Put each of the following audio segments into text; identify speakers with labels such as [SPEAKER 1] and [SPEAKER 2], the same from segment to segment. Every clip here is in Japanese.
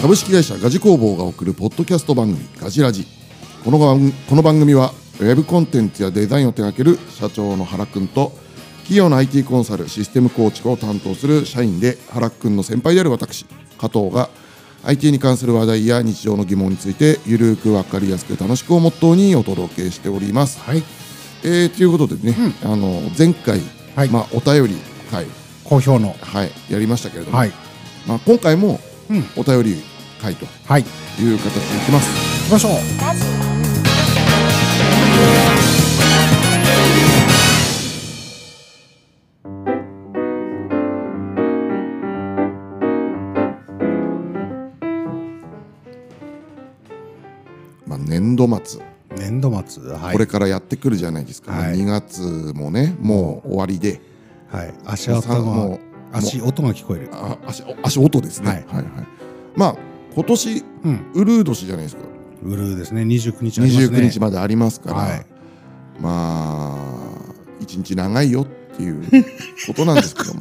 [SPEAKER 1] 株式会社ガジ工房が送るポッドキャスト番組ガジラジこの番この番組はウェブコンテンツやデザインを手掛ける社長の原くんと企業の IT コンサルシステム構築を担当する社員で原くんの先輩である私加藤が IT に関する話題や日常の疑問についてゆるく分かりやすく楽しくをモットーにお届けしております。
[SPEAKER 2] はい
[SPEAKER 1] えー、ということでね、あの前回、
[SPEAKER 2] はい
[SPEAKER 1] まあ、お便り、はい
[SPEAKER 2] 好評の
[SPEAKER 1] はい、やりましたけれども、
[SPEAKER 2] はい
[SPEAKER 1] まあ、今回も
[SPEAKER 2] うん
[SPEAKER 1] お便り会と
[SPEAKER 2] はい行
[SPEAKER 1] いう形でいきます。
[SPEAKER 2] きましょう
[SPEAKER 1] まあ、年度末、
[SPEAKER 2] 年度末はい
[SPEAKER 1] これからやってくるじゃないですか、
[SPEAKER 2] はい
[SPEAKER 1] 2月もねもう終わりで
[SPEAKER 2] はい足音
[SPEAKER 1] さんも
[SPEAKER 2] が
[SPEAKER 1] う
[SPEAKER 2] 足音が聞こえる
[SPEAKER 1] あ足足音ですね、
[SPEAKER 2] はい
[SPEAKER 1] はいはいまあ今年
[SPEAKER 2] うん
[SPEAKER 1] ウルー年じゃないですか、
[SPEAKER 2] ブルーですね29日ありますね
[SPEAKER 1] 29日までありますから、
[SPEAKER 2] はい
[SPEAKER 1] まあ一日長いよっていうことなんですけ ども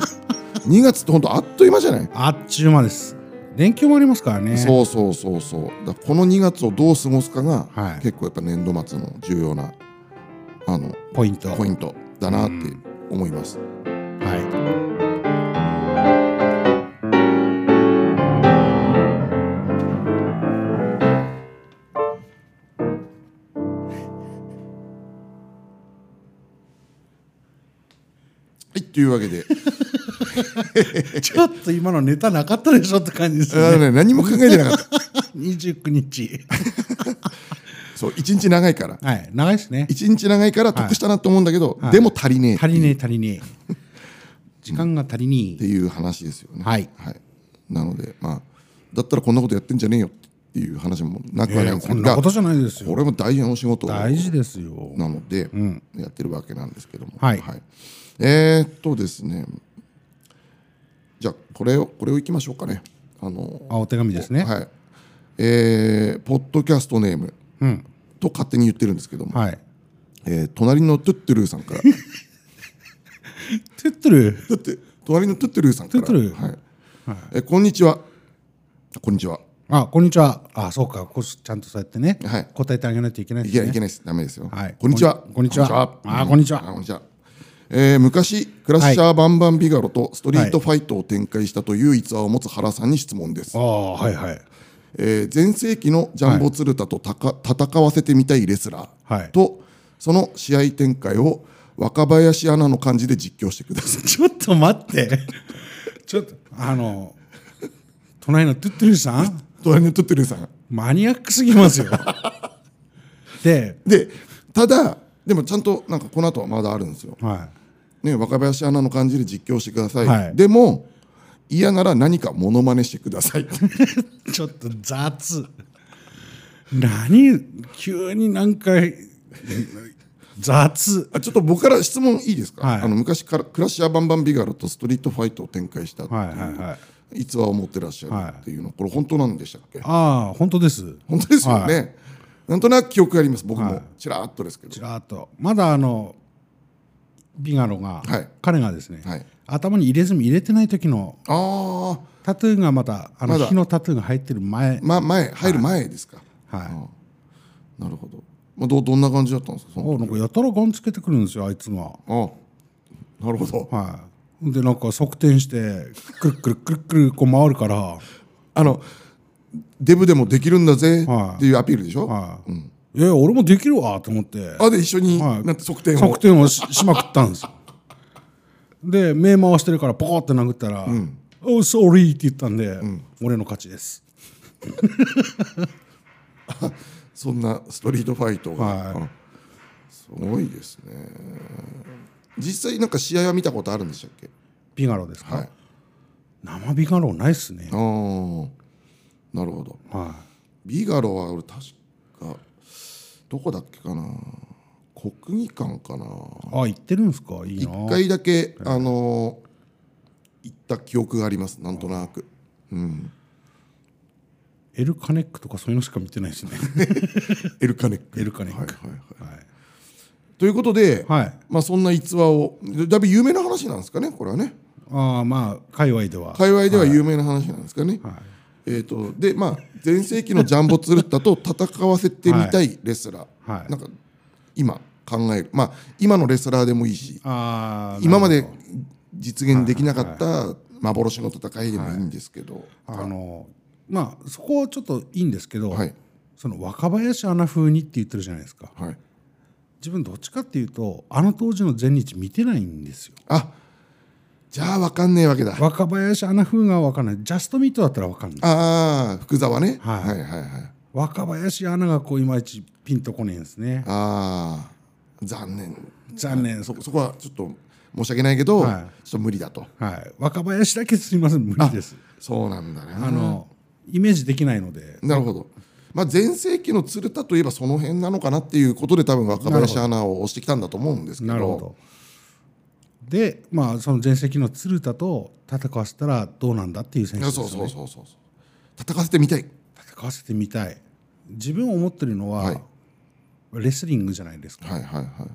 [SPEAKER 1] 2月って本当あっという間じゃない
[SPEAKER 2] あっちゅう間です連休もありますからね
[SPEAKER 1] そうそうそうそうだからこの2月をどう過ごすかが、
[SPEAKER 2] はい
[SPEAKER 1] 結構やっぱ年度末の重要なあの
[SPEAKER 2] ポイント
[SPEAKER 1] ポイ
[SPEAKER 2] ン
[SPEAKER 1] ントだなって思います。
[SPEAKER 2] トは
[SPEAKER 1] はいというわけで
[SPEAKER 2] いちょっと今のネタなかったでしょって感じです
[SPEAKER 1] あの
[SPEAKER 2] ね
[SPEAKER 1] ね何も考えて なかった
[SPEAKER 2] 29日
[SPEAKER 1] そう一日長いから
[SPEAKER 2] はい長いですね
[SPEAKER 1] 一日長いから得したなと思うんだけど、
[SPEAKER 2] はい
[SPEAKER 1] でも足りねえって
[SPEAKER 2] 足りねえ足りねえ時間が足りねえ
[SPEAKER 1] いう話ですよね。
[SPEAKER 2] はい
[SPEAKER 1] なのでまあだったらこんなことやってんじゃねえよっていう話もなくはない
[SPEAKER 2] え
[SPEAKER 1] ん
[SPEAKER 2] え
[SPEAKER 1] です
[SPEAKER 2] こんなことじゃないです
[SPEAKER 1] こ
[SPEAKER 2] よ
[SPEAKER 1] れも大事なお仕事
[SPEAKER 2] 大事ですよ
[SPEAKER 1] なので、
[SPEAKER 2] ん
[SPEAKER 1] やってるわけなんですけども、
[SPEAKER 2] はい
[SPEAKER 1] えー、っとですねじゃあこれをこれをいきましょうかねあの
[SPEAKER 2] あお手紙ですね
[SPEAKER 1] はいえー、ポッドキャストネーム
[SPEAKER 2] うん
[SPEAKER 1] と勝手に言ってるんですけども、
[SPEAKER 2] はい
[SPEAKER 1] えー、隣のトゥットゥルーさん から
[SPEAKER 2] トゥットゥル
[SPEAKER 1] だって隣のトゥットゥルーさんから
[SPEAKER 2] トゥットゥルー
[SPEAKER 1] はいえーこんにちはこんにちは
[SPEAKER 2] あこんにちはあそうかこうちゃんとそうやってね、
[SPEAKER 1] はい
[SPEAKER 2] 答えてあげないといけないで
[SPEAKER 1] い
[SPEAKER 2] す
[SPEAKER 1] け
[SPEAKER 2] ね
[SPEAKER 1] ないいけないですダメですよ、
[SPEAKER 2] はい
[SPEAKER 1] こんにちは
[SPEAKER 2] こんにちはあこんにちは
[SPEAKER 1] うあこんにちはえー昔クラッシャーバンバンビガロとストリートファイトを展開したという逸話を持つ原さんに質問です、
[SPEAKER 2] ああはいはい
[SPEAKER 1] えー前世紀のジャンボ鶴田とたか戦わせてみたいレスラー、
[SPEAKER 2] はい
[SPEAKER 1] とその試合展開を若林アナの感じで実況してくだ さい
[SPEAKER 2] ちょっと待って ちょっとあの隣のトゥットゥルさん
[SPEAKER 1] 隣のトゥットゥルーさん
[SPEAKER 2] マニアックす ぎますよで、
[SPEAKER 1] でただでもちゃんとなんかこの後はまだあるんですよ、
[SPEAKER 2] は
[SPEAKER 1] ね、若林アナの感じで実況してください、
[SPEAKER 2] はい
[SPEAKER 1] でも嫌なら何かモノマネしてくださ い
[SPEAKER 2] い、ちょっと雑何急になんか雑
[SPEAKER 1] あちょっと僕から質問いいですか、
[SPEAKER 2] はい
[SPEAKER 1] あの昔からクラッシャーバンバンビガロとストリートファイトを展開したっていう、
[SPEAKER 2] はいはいはい
[SPEAKER 1] 逸話を持ってらっしゃるっていうのこれ本当なんでしたっけ
[SPEAKER 2] ああ本当です
[SPEAKER 1] 本当ですよね、なんとなく記憶があります僕も
[SPEAKER 2] い
[SPEAKER 1] ちらっとですけど
[SPEAKER 2] ちらっとまだあのビガロが、
[SPEAKER 1] はい
[SPEAKER 2] 彼がですね、
[SPEAKER 1] はい
[SPEAKER 2] 頭に入れ墨入れてない時の
[SPEAKER 1] ああ
[SPEAKER 2] タトゥーがまたあの
[SPEAKER 1] まだ
[SPEAKER 2] 火のタトゥーが入ってる前、
[SPEAKER 1] ま前入る前ですか、
[SPEAKER 2] は
[SPEAKER 1] なるほど、まあ、どうどんな感じだったんですか
[SPEAKER 2] い、
[SPEAKER 1] その
[SPEAKER 2] おなんかやたらガンつけてくるんですよあいつが。
[SPEAKER 1] ああなるほど
[SPEAKER 2] はい、でなんか側転してくるくるくるくるこう回るから、は
[SPEAKER 1] あのデブでもできるんだぜ
[SPEAKER 2] はい
[SPEAKER 1] っていうアピールでしょ、
[SPEAKER 2] いいや俺もできるわと思って
[SPEAKER 1] あで一緒に
[SPEAKER 2] はい
[SPEAKER 1] なって測定を、
[SPEAKER 2] 側転をししまくったんですよで目回してるからポコって殴ったら「おうソーリー」って言ったんで、俺の勝ちです
[SPEAKER 1] そんなストリートファイトが、
[SPEAKER 2] はい
[SPEAKER 1] あすごいですね実際なんか試合は見たことあるんでしたっけ
[SPEAKER 2] ビガロですか、
[SPEAKER 1] はい
[SPEAKER 2] 生ビガロないっすね
[SPEAKER 1] ああなるほど
[SPEAKER 2] は、
[SPEAKER 1] ビガロは俺確かどこだっけかな国技館かない
[SPEAKER 2] あ行ってるんですかいいな
[SPEAKER 1] 一回だけあのー行った記憶がありますなんとなく
[SPEAKER 2] エルカネックとかそういうのしか見てないですね
[SPEAKER 1] エルカネック
[SPEAKER 2] エルカネック
[SPEAKER 1] はいはい はいということで、
[SPEAKER 2] はい
[SPEAKER 1] まあそんな逸話をだいぶ有名な話なんですかねこれはね
[SPEAKER 2] ああまあ界隈では
[SPEAKER 1] 界隈では有名な話なんですかね、
[SPEAKER 2] はい
[SPEAKER 1] えー、とでまあ全盛期のジャンボ鶴田と戦わせてみたいレスラー、
[SPEAKER 2] はい
[SPEAKER 1] なんか今考えるまあ今のレスラーでもいいし
[SPEAKER 2] あー
[SPEAKER 1] 今ま
[SPEAKER 2] な
[SPEAKER 1] で
[SPEAKER 2] るほど
[SPEAKER 1] 実現できなかった幻の戦いでもいいんですけど、
[SPEAKER 2] あのまあそこはちょっといいんですけど、
[SPEAKER 1] はい
[SPEAKER 2] その若林アナ風にって言ってるじゃないですか
[SPEAKER 1] はい、
[SPEAKER 2] 自分どっちかっていうとあの当時の全日見てないんですよ
[SPEAKER 1] あじゃあ分かんねえわけだ
[SPEAKER 2] 若林アナ風が分かんないジャストミートだったら分かんない
[SPEAKER 1] ああ福沢ね、
[SPEAKER 2] はい
[SPEAKER 1] はいはいはい
[SPEAKER 2] 若林アナがこういまいちピンとこねえんですね
[SPEAKER 1] ああ残念
[SPEAKER 2] 残念
[SPEAKER 1] そそこはちょっと申し訳ないけど、
[SPEAKER 2] はい
[SPEAKER 1] ちょっと無理だと
[SPEAKER 2] はい若林だけすいません無理です
[SPEAKER 1] そうなんだね
[SPEAKER 2] あのイメージできないので
[SPEAKER 1] なるほど、まあ、前世紀の鶴田といえばその辺なのかなっていうことで多分若林アナを押してきたんだと思うんですけど
[SPEAKER 2] なるほどでまあその前席の鶴田と戦わせたらどうなんだっていう選
[SPEAKER 1] い
[SPEAKER 2] 手
[SPEAKER 1] や
[SPEAKER 2] ですよ
[SPEAKER 1] そう
[SPEAKER 2] ね
[SPEAKER 1] そうそうそう戦わせてみたい
[SPEAKER 2] 戦わせてみたい自分思ってるのは、
[SPEAKER 1] はい
[SPEAKER 2] レスリングじゃないですか
[SPEAKER 1] はいはいはいはい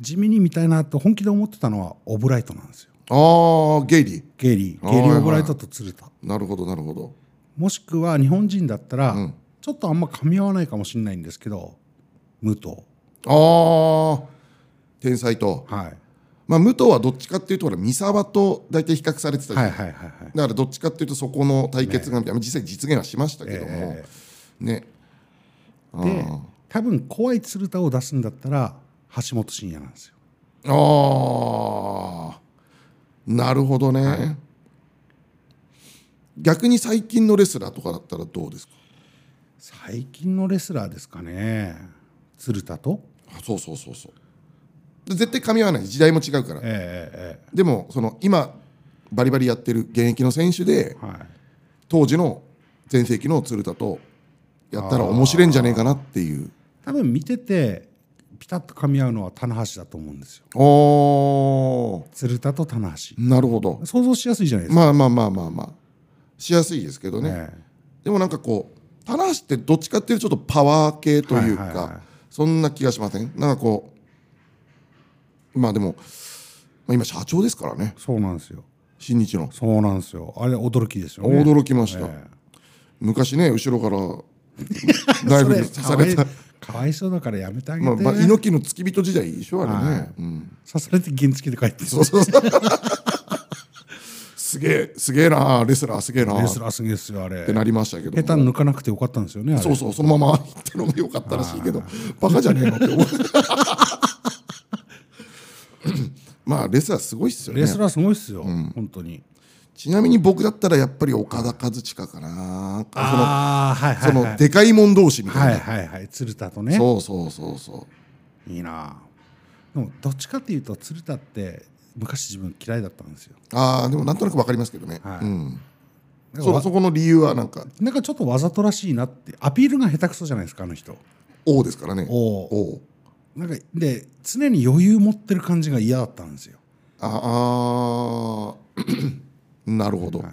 [SPEAKER 2] 地味に見たいなと本気で思ってたのはオブライトなんですよ
[SPEAKER 1] ああゲイリー
[SPEAKER 2] ゲイリー
[SPEAKER 1] あー
[SPEAKER 2] ゲイリー・オブライトと鶴田
[SPEAKER 1] なるほどなるほど
[SPEAKER 2] もしくは日本人だったら、ちょっとあんま噛み合わないかもしれないんですけど武藤
[SPEAKER 1] ああ天才と、
[SPEAKER 2] はい
[SPEAKER 1] まあ、武藤はどっちかっていうとほら三沢と大体比較されてたじゃん
[SPEAKER 2] はいはいはいはい
[SPEAKER 1] だからどっちかっていうとそこの対決がみたいな、実際実現はしましたけども、
[SPEAKER 2] え
[SPEAKER 1] ね
[SPEAKER 2] で多分怖い鶴田を出すんだったら橋本真也なんですよ
[SPEAKER 1] ああなるほどね、逆に最近のレスラーとかだったらどうですか
[SPEAKER 2] 最近のレスラーですかね鶴田と
[SPEAKER 1] あそうそうそうそうで絶対噛み合わない時代も違うから、
[SPEAKER 2] ええ
[SPEAKER 1] でもその今バリバリやってる現役の選手で
[SPEAKER 2] ええはい
[SPEAKER 1] 当時の全盛期の鶴田とやったら面白いんじゃねえかなっていう
[SPEAKER 2] 多分見ててピタッと噛み合うのは棚橋だと思うんですよ
[SPEAKER 1] おー
[SPEAKER 2] 鶴田と棚橋
[SPEAKER 1] なるほど
[SPEAKER 2] 想像しやすいじゃないですか、
[SPEAKER 1] まあまあまあまあまあしやすいですけどね、
[SPEAKER 2] え
[SPEAKER 1] でもなんかこう棚橋ってどっちかっていうとちょっとパワー系というか、
[SPEAKER 2] はいはいはい
[SPEAKER 1] そんな気がしませんなんかこうまあでも、まあ、今社長ですからね
[SPEAKER 2] えそうなんですよ
[SPEAKER 1] 新日の
[SPEAKER 2] そうなんですよあれ驚きですよね
[SPEAKER 1] 驚きました、
[SPEAKER 2] え
[SPEAKER 1] 昔ね後ろから だいぶ刺
[SPEAKER 2] えか
[SPEAKER 1] さ
[SPEAKER 2] わ
[SPEAKER 1] れ
[SPEAKER 2] い
[SPEAKER 1] た、
[SPEAKER 2] かわいそうだからやめてあげて、
[SPEAKER 1] まあまあ、猪木の付き人時代一緒あれね、
[SPEAKER 2] はい
[SPEAKER 1] うん、
[SPEAKER 2] 刺されて原付で帰って
[SPEAKER 1] そうそうそう すげえすげえなレスラーすげえな
[SPEAKER 2] レス
[SPEAKER 1] っ
[SPEAKER 2] ラーすげえですよあれ
[SPEAKER 1] てなりましたけども
[SPEAKER 2] 下手に抜かなくてよかったんですよねあれ
[SPEAKER 1] そうそうそのまま行ったのが良かったらしいけどバカじゃねえのって思う まあレスラーすごいっすよね
[SPEAKER 2] レスラーすごいっすよ、本当に
[SPEAKER 1] ちなみに僕だったらやっぱり岡田和親かな
[SPEAKER 2] ああはい
[SPEAKER 1] そ
[SPEAKER 2] はい
[SPEAKER 1] のそ
[SPEAKER 2] は
[SPEAKER 1] の
[SPEAKER 2] い
[SPEAKER 1] でかいもん同士みたいな、
[SPEAKER 2] はいはいはい鶴田とね
[SPEAKER 1] そうそうそうそ
[SPEAKER 2] いいなあでもどっちかっていうと鶴田って昔自分嫌いだったんですよ
[SPEAKER 1] うああでもなんとなくわかりますけどね、
[SPEAKER 2] はい
[SPEAKER 1] うん
[SPEAKER 2] だから
[SPEAKER 1] そ
[SPEAKER 2] わ
[SPEAKER 1] そこの理由はなんか
[SPEAKER 2] なんかちょっとわざとらしいなってアピールが下手くそじゃないですかあの人
[SPEAKER 1] 王ですからね
[SPEAKER 2] 王
[SPEAKER 1] 王
[SPEAKER 2] なんかで常に余裕持ってる感じが嫌だったんですよ
[SPEAKER 1] ああー なるほど、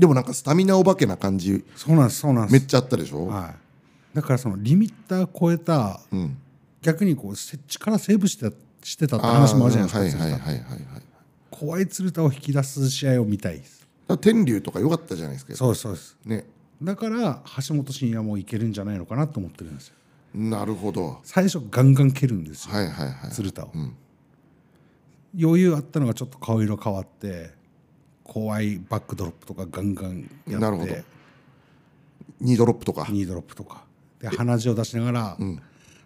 [SPEAKER 1] でもなんかスタミナお化けな感じ
[SPEAKER 2] そうなんですそうなん
[SPEAKER 1] め
[SPEAKER 2] で
[SPEAKER 1] っ
[SPEAKER 2] す
[SPEAKER 1] ちゃあったでしょ、
[SPEAKER 2] はい、だからそのリミッター超えた、
[SPEAKER 1] ん
[SPEAKER 2] 逆にこうせ力セーブしてたしてたって話もあるじゃないですか、
[SPEAKER 1] ーはいはい
[SPEAKER 2] 鶴田
[SPEAKER 1] はいはいはい
[SPEAKER 2] 怖い鶴田を引き出す試合を見たいです
[SPEAKER 1] だから天竜とか良かったじゃないですか。
[SPEAKER 2] そうですそうです
[SPEAKER 1] ね、
[SPEAKER 2] だから橋本真也もいけるんじゃないのかなと思ってるんですよ
[SPEAKER 1] なるほど。
[SPEAKER 2] 最初ガンガン蹴るんですよ
[SPEAKER 1] はいはいはい。
[SPEAKER 2] 鶴田を、余裕あったのがちょっと顔色変わって怖いバックドロップとかガンガンや
[SPEAKER 1] なる
[SPEAKER 2] っ
[SPEAKER 1] ほど
[SPEAKER 2] て
[SPEAKER 1] ニードロップとか。
[SPEAKER 2] ニードロップとかで鼻血を出しながら、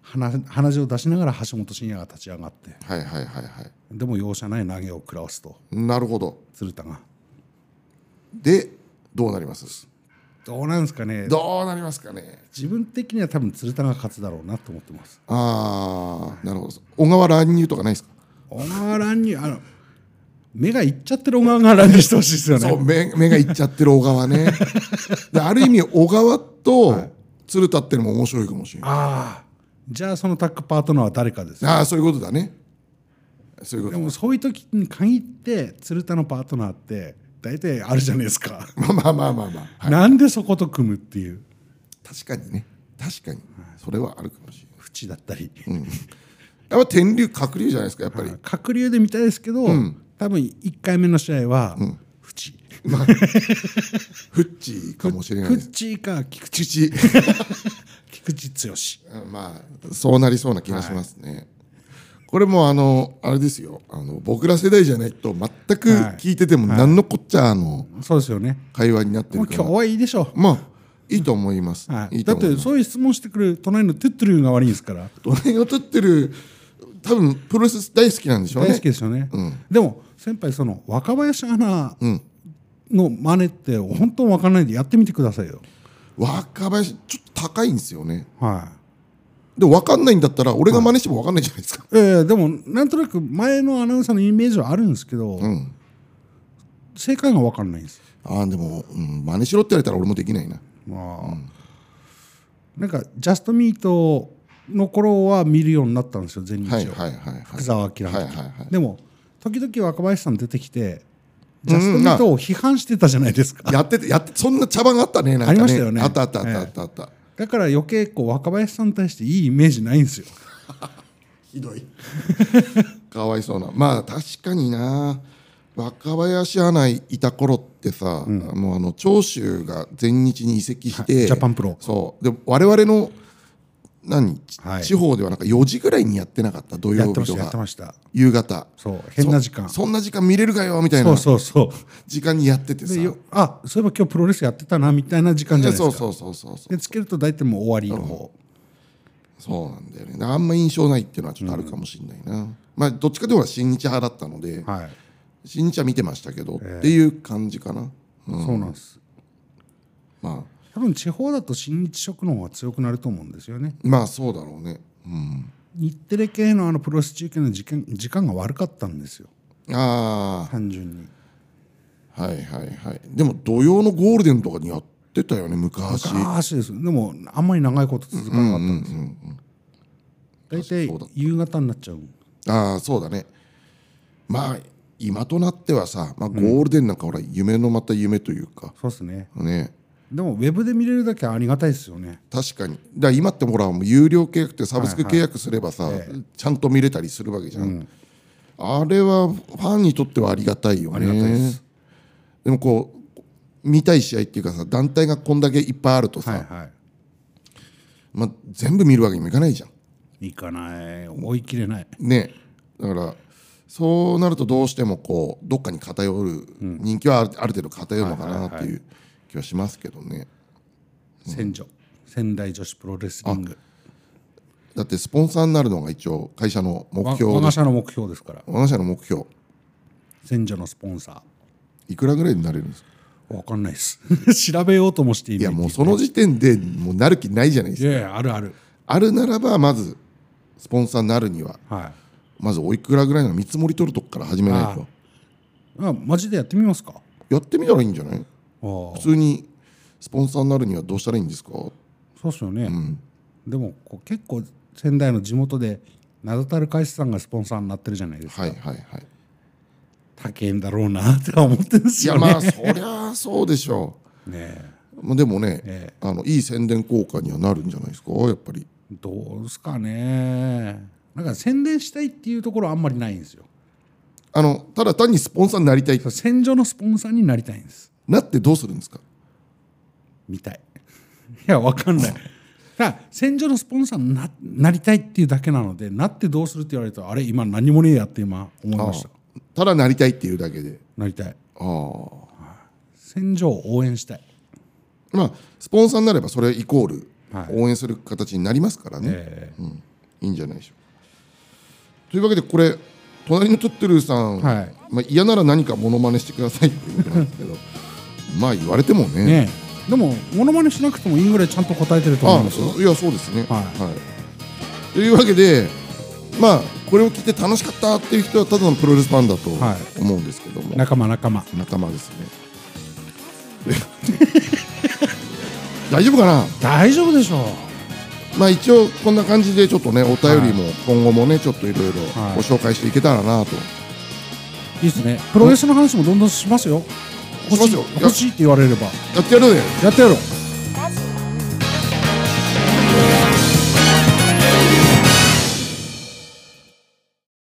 [SPEAKER 2] 鼻鼻血を出しながら橋本真也が立ち上がって
[SPEAKER 1] はいはいはいはい。
[SPEAKER 2] でも容赦ない投げを食らわすと
[SPEAKER 1] なるほど。
[SPEAKER 2] 鶴田が
[SPEAKER 1] で、どうなります
[SPEAKER 2] どうなんですかね
[SPEAKER 1] どうなりますかね。
[SPEAKER 2] 自分的には多分鶴田が勝つだろうなと思ってます
[SPEAKER 1] ああ、なるほど。小川乱入とかないですか
[SPEAKER 2] 小川乱入あの目がいっちゃってる小川が乱入してほしいですよね
[SPEAKER 1] そう目目がいっちゃってる小川 ね。である意味、小川と鶴田ってのも面白いかもしれない。
[SPEAKER 2] ああじゃあそのタッグパートナーは誰かです
[SPEAKER 1] ああー、そういうことだね。そういうこ
[SPEAKER 2] で
[SPEAKER 1] と。
[SPEAKER 2] もそういう時に限って鶴田のパートナーって大体あるじゃないですか、
[SPEAKER 1] まあまあまあまあまあ。
[SPEAKER 2] なんでそこと組むっていう
[SPEAKER 1] 確かにね。確かに。それはあるかもしれない。
[SPEAKER 2] 淵だったり、
[SPEAKER 1] やっぱ天竜、鶴竜じゃないですか、やっぱり。
[SPEAKER 2] 角竜で見たいですけど、多分1回目の試合は淵、
[SPEAKER 1] まあ、フッチーかもしれない
[SPEAKER 2] く
[SPEAKER 1] で
[SPEAKER 2] っ
[SPEAKER 1] す。
[SPEAKER 2] ちーか菊池
[SPEAKER 1] 父
[SPEAKER 2] 菊池剛
[SPEAKER 1] うん まあそうなりそうな気がしますね、これもあのあれですよあの僕ら世代じゃないと全く
[SPEAKER 2] はい
[SPEAKER 1] 聞いてても何のこっちゃの
[SPEAKER 2] そうですよね
[SPEAKER 1] 会話になって
[SPEAKER 2] も
[SPEAKER 1] る
[SPEAKER 2] う
[SPEAKER 1] か
[SPEAKER 2] 今
[SPEAKER 1] ら、
[SPEAKER 2] 日はいいでしょ
[SPEAKER 1] まあいいと思います、
[SPEAKER 2] う、はい
[SPEAKER 1] いいと
[SPEAKER 2] だっ
[SPEAKER 1] 思い
[SPEAKER 2] て
[SPEAKER 1] ます
[SPEAKER 2] そういう質問してくる隣のトゥットゥルンが悪いんですから
[SPEAKER 1] ドライを取ってる多分プロレス大好きなんでしょうね
[SPEAKER 2] 大好きですよね、でも先輩その若林アナの真似って本当わかんないんでやってみてくださいよ
[SPEAKER 1] 若林ちょっと高いんですよね
[SPEAKER 2] は
[SPEAKER 1] でも分かんないんだったら俺が真似しても分かんないじゃないですか、
[SPEAKER 2] いえーでもなんとなく前のアナウンサーのイメージはあるんですけど、
[SPEAKER 1] ん
[SPEAKER 2] 正解がわかんないんです
[SPEAKER 1] ああでも、うん、真似しろって言われたら俺もできないな
[SPEAKER 2] まあ、なんか「ジャストミートの頃は見るようになったんですよ全日を、
[SPEAKER 1] はいはいはいはい
[SPEAKER 2] 福沢明の時、
[SPEAKER 1] はいはいはい
[SPEAKER 2] でも時々若林さん出てきて「ジャストミートを批判してたじゃないですか、
[SPEAKER 1] やっててやってそんな茶番があったねなんかね
[SPEAKER 2] ありましたよね
[SPEAKER 1] あったあったあったあったあった、
[SPEAKER 2] だから余計こう若林さんに対していいイメージないんですよ
[SPEAKER 1] ひどい かわいそうなまあ確かにな若林アナいた頃ってさ、もうあの長州が全日に移籍して、
[SPEAKER 2] はいジャパンプロ
[SPEAKER 1] そうで我々の何、ち
[SPEAKER 2] はい
[SPEAKER 1] 地方ではなんか4時ぐらいにやってなかった土
[SPEAKER 2] やっ
[SPEAKER 1] 曜
[SPEAKER 2] てま
[SPEAKER 1] 日
[SPEAKER 2] し
[SPEAKER 1] と
[SPEAKER 2] たやって
[SPEAKER 1] か
[SPEAKER 2] ました
[SPEAKER 1] 夕方
[SPEAKER 2] そう変な時間
[SPEAKER 1] そそんな時間見れるかよみたい
[SPEAKER 2] そ
[SPEAKER 1] な
[SPEAKER 2] うそうそう
[SPEAKER 1] 時間にやっててさ
[SPEAKER 2] でよあそういえば今日プロレスやってたなみたいな時間じゃないですか
[SPEAKER 1] そうそうそうそうそう
[SPEAKER 2] でつけると大体もう終わりの方、
[SPEAKER 1] そうなんだよねあんま印象ないっていうのはちょっとあるかもしれないな、まあどっちかというと新日派だったので、
[SPEAKER 2] はい、
[SPEAKER 1] 新日は見てましたけど、っていう感じかな
[SPEAKER 2] そうなんです
[SPEAKER 1] ま
[SPEAKER 2] 多分地方だと新日食の方が強くなると思うんですよね
[SPEAKER 1] あまあそうだろうね、うん、
[SPEAKER 2] 日テレ系のあのプロレス中継の時間時間が悪かったんですよ
[SPEAKER 1] あ
[SPEAKER 2] 単純に
[SPEAKER 1] あはいはいはいでも土曜のゴールデンとかにやってたよね昔
[SPEAKER 2] 昔ですでもあんまり長いこと続かなかったんですよ大体
[SPEAKER 1] そうだ
[SPEAKER 2] 夕方になっちゃう
[SPEAKER 1] ああそうだねまあ今となってはさ、まあ、ゴールデンなんかほら夢のまた夢というか、
[SPEAKER 2] そうですね
[SPEAKER 1] ね
[SPEAKER 2] でもウェブで見れるだけありがたいですよね
[SPEAKER 1] 確かにだから今ってほらもう有料契約ってサブスク契約すればさ、ちゃんと見れたりするわけじゃん、あれはファンにとってはありがたいよね
[SPEAKER 2] ありがたいです
[SPEAKER 1] でもこう見たい試合っていうかさ団体がこんだけいっぱいあるとさ、
[SPEAKER 2] はいは
[SPEAKER 1] まあ、全部見るわけにもいかないじゃん
[SPEAKER 2] い行かない追い切れない
[SPEAKER 1] ねだからそうなるとどうしてもこうどっかに偏る、人気はあるある程度偏るのかなっていう気はしますけどね、
[SPEAKER 2] 仙女仙台女子プロレスリング
[SPEAKER 1] だってスポンサーになるのが一応会社の目
[SPEAKER 2] わ
[SPEAKER 1] 標
[SPEAKER 2] 我
[SPEAKER 1] で
[SPEAKER 2] が
[SPEAKER 1] し
[SPEAKER 2] 社の目標ですから
[SPEAKER 1] 我が社の目標
[SPEAKER 2] 仙女のスポンサ
[SPEAKER 1] いくらぐらいになれるんですか
[SPEAKER 2] ーわかんないです 調べようともしてい
[SPEAKER 1] い
[SPEAKER 2] な
[SPEAKER 1] や
[SPEAKER 2] い
[SPEAKER 1] もうその時点でもうなる気ないじゃないです
[SPEAKER 2] い
[SPEAKER 1] か
[SPEAKER 2] やいやあるある
[SPEAKER 1] あるならばまずスポンサーになるには
[SPEAKER 2] はい
[SPEAKER 1] まずおいくらぐらいの見積もり取るとこから始めないと
[SPEAKER 2] あマジでやってみますか
[SPEAKER 1] やってみたらいいんじゃない
[SPEAKER 2] ああ
[SPEAKER 1] 普通にスポンサーになるにはどうしたらいいんですか
[SPEAKER 2] そうっすよね、でもこう結構仙台の地元で名だたる会社さんがスポンサーになってるじゃないですか、
[SPEAKER 1] はいはいはい
[SPEAKER 2] 高いんだろうなって思ってるんで
[SPEAKER 1] い
[SPEAKER 2] すよ
[SPEAKER 1] や
[SPEAKER 2] ね
[SPEAKER 1] まあそりゃそうでしょ
[SPEAKER 2] ねえ
[SPEAKER 1] うまあでもね
[SPEAKER 2] え
[SPEAKER 1] あのいい宣伝効果にはなるんじゃないですかやっぱり
[SPEAKER 2] どうですかねなんか宣伝したいっていうところはあんまりないんですよ
[SPEAKER 1] あのただ単にスポンサーになりたい
[SPEAKER 2] そう戦場のスポンサーになりたいんです
[SPEAKER 1] なってどうするんですか
[SPEAKER 2] みたい いやわかんないだから戦場のスポンサーにななりたいっていうだけなのでなってどうするって言われるとあれ今何もねえやって今思いました
[SPEAKER 1] ただなりたいっていうだけで
[SPEAKER 2] なりたい
[SPEAKER 1] ああ
[SPEAKER 2] 戦場を応援したい
[SPEAKER 1] まあ、スポンサーになればそれイコール
[SPEAKER 2] はい
[SPEAKER 1] 応援する形になりますからね、
[SPEAKER 2] ええ
[SPEAKER 1] いいんじゃないでしょうかというわけでこれ隣のトゥットゥルーさん、
[SPEAKER 2] はい
[SPEAKER 1] まあ、嫌なら何かモノマネしてくださいっていうことなんですけど まあ言われてもね
[SPEAKER 2] ねえでもモノマネしなくてもいいぐらいちゃんと答えてると思
[SPEAKER 1] あ
[SPEAKER 2] い
[SPEAKER 1] あ
[SPEAKER 2] ますよ
[SPEAKER 1] そういやそうですね、
[SPEAKER 2] は
[SPEAKER 1] い
[SPEAKER 2] い
[SPEAKER 1] というわけでまあこれを聞いて楽しかったっていう人はただのプロレスファンだと
[SPEAKER 2] は
[SPEAKER 1] 思うんですけども、
[SPEAKER 2] 仲間仲間
[SPEAKER 1] 仲間ですね 大丈夫かな
[SPEAKER 2] 大丈夫でしょう
[SPEAKER 1] まあ一応こんな感じでちょっとねお便りも今後もねちょっといろいろ
[SPEAKER 2] はい
[SPEAKER 1] ご紹介していけたらなと、
[SPEAKER 2] いいですねプロレスの話もどんどんしますよ
[SPEAKER 1] しますよ
[SPEAKER 2] 欲しい欲しいって言われれば
[SPEAKER 1] やってやるね
[SPEAKER 2] やってやろう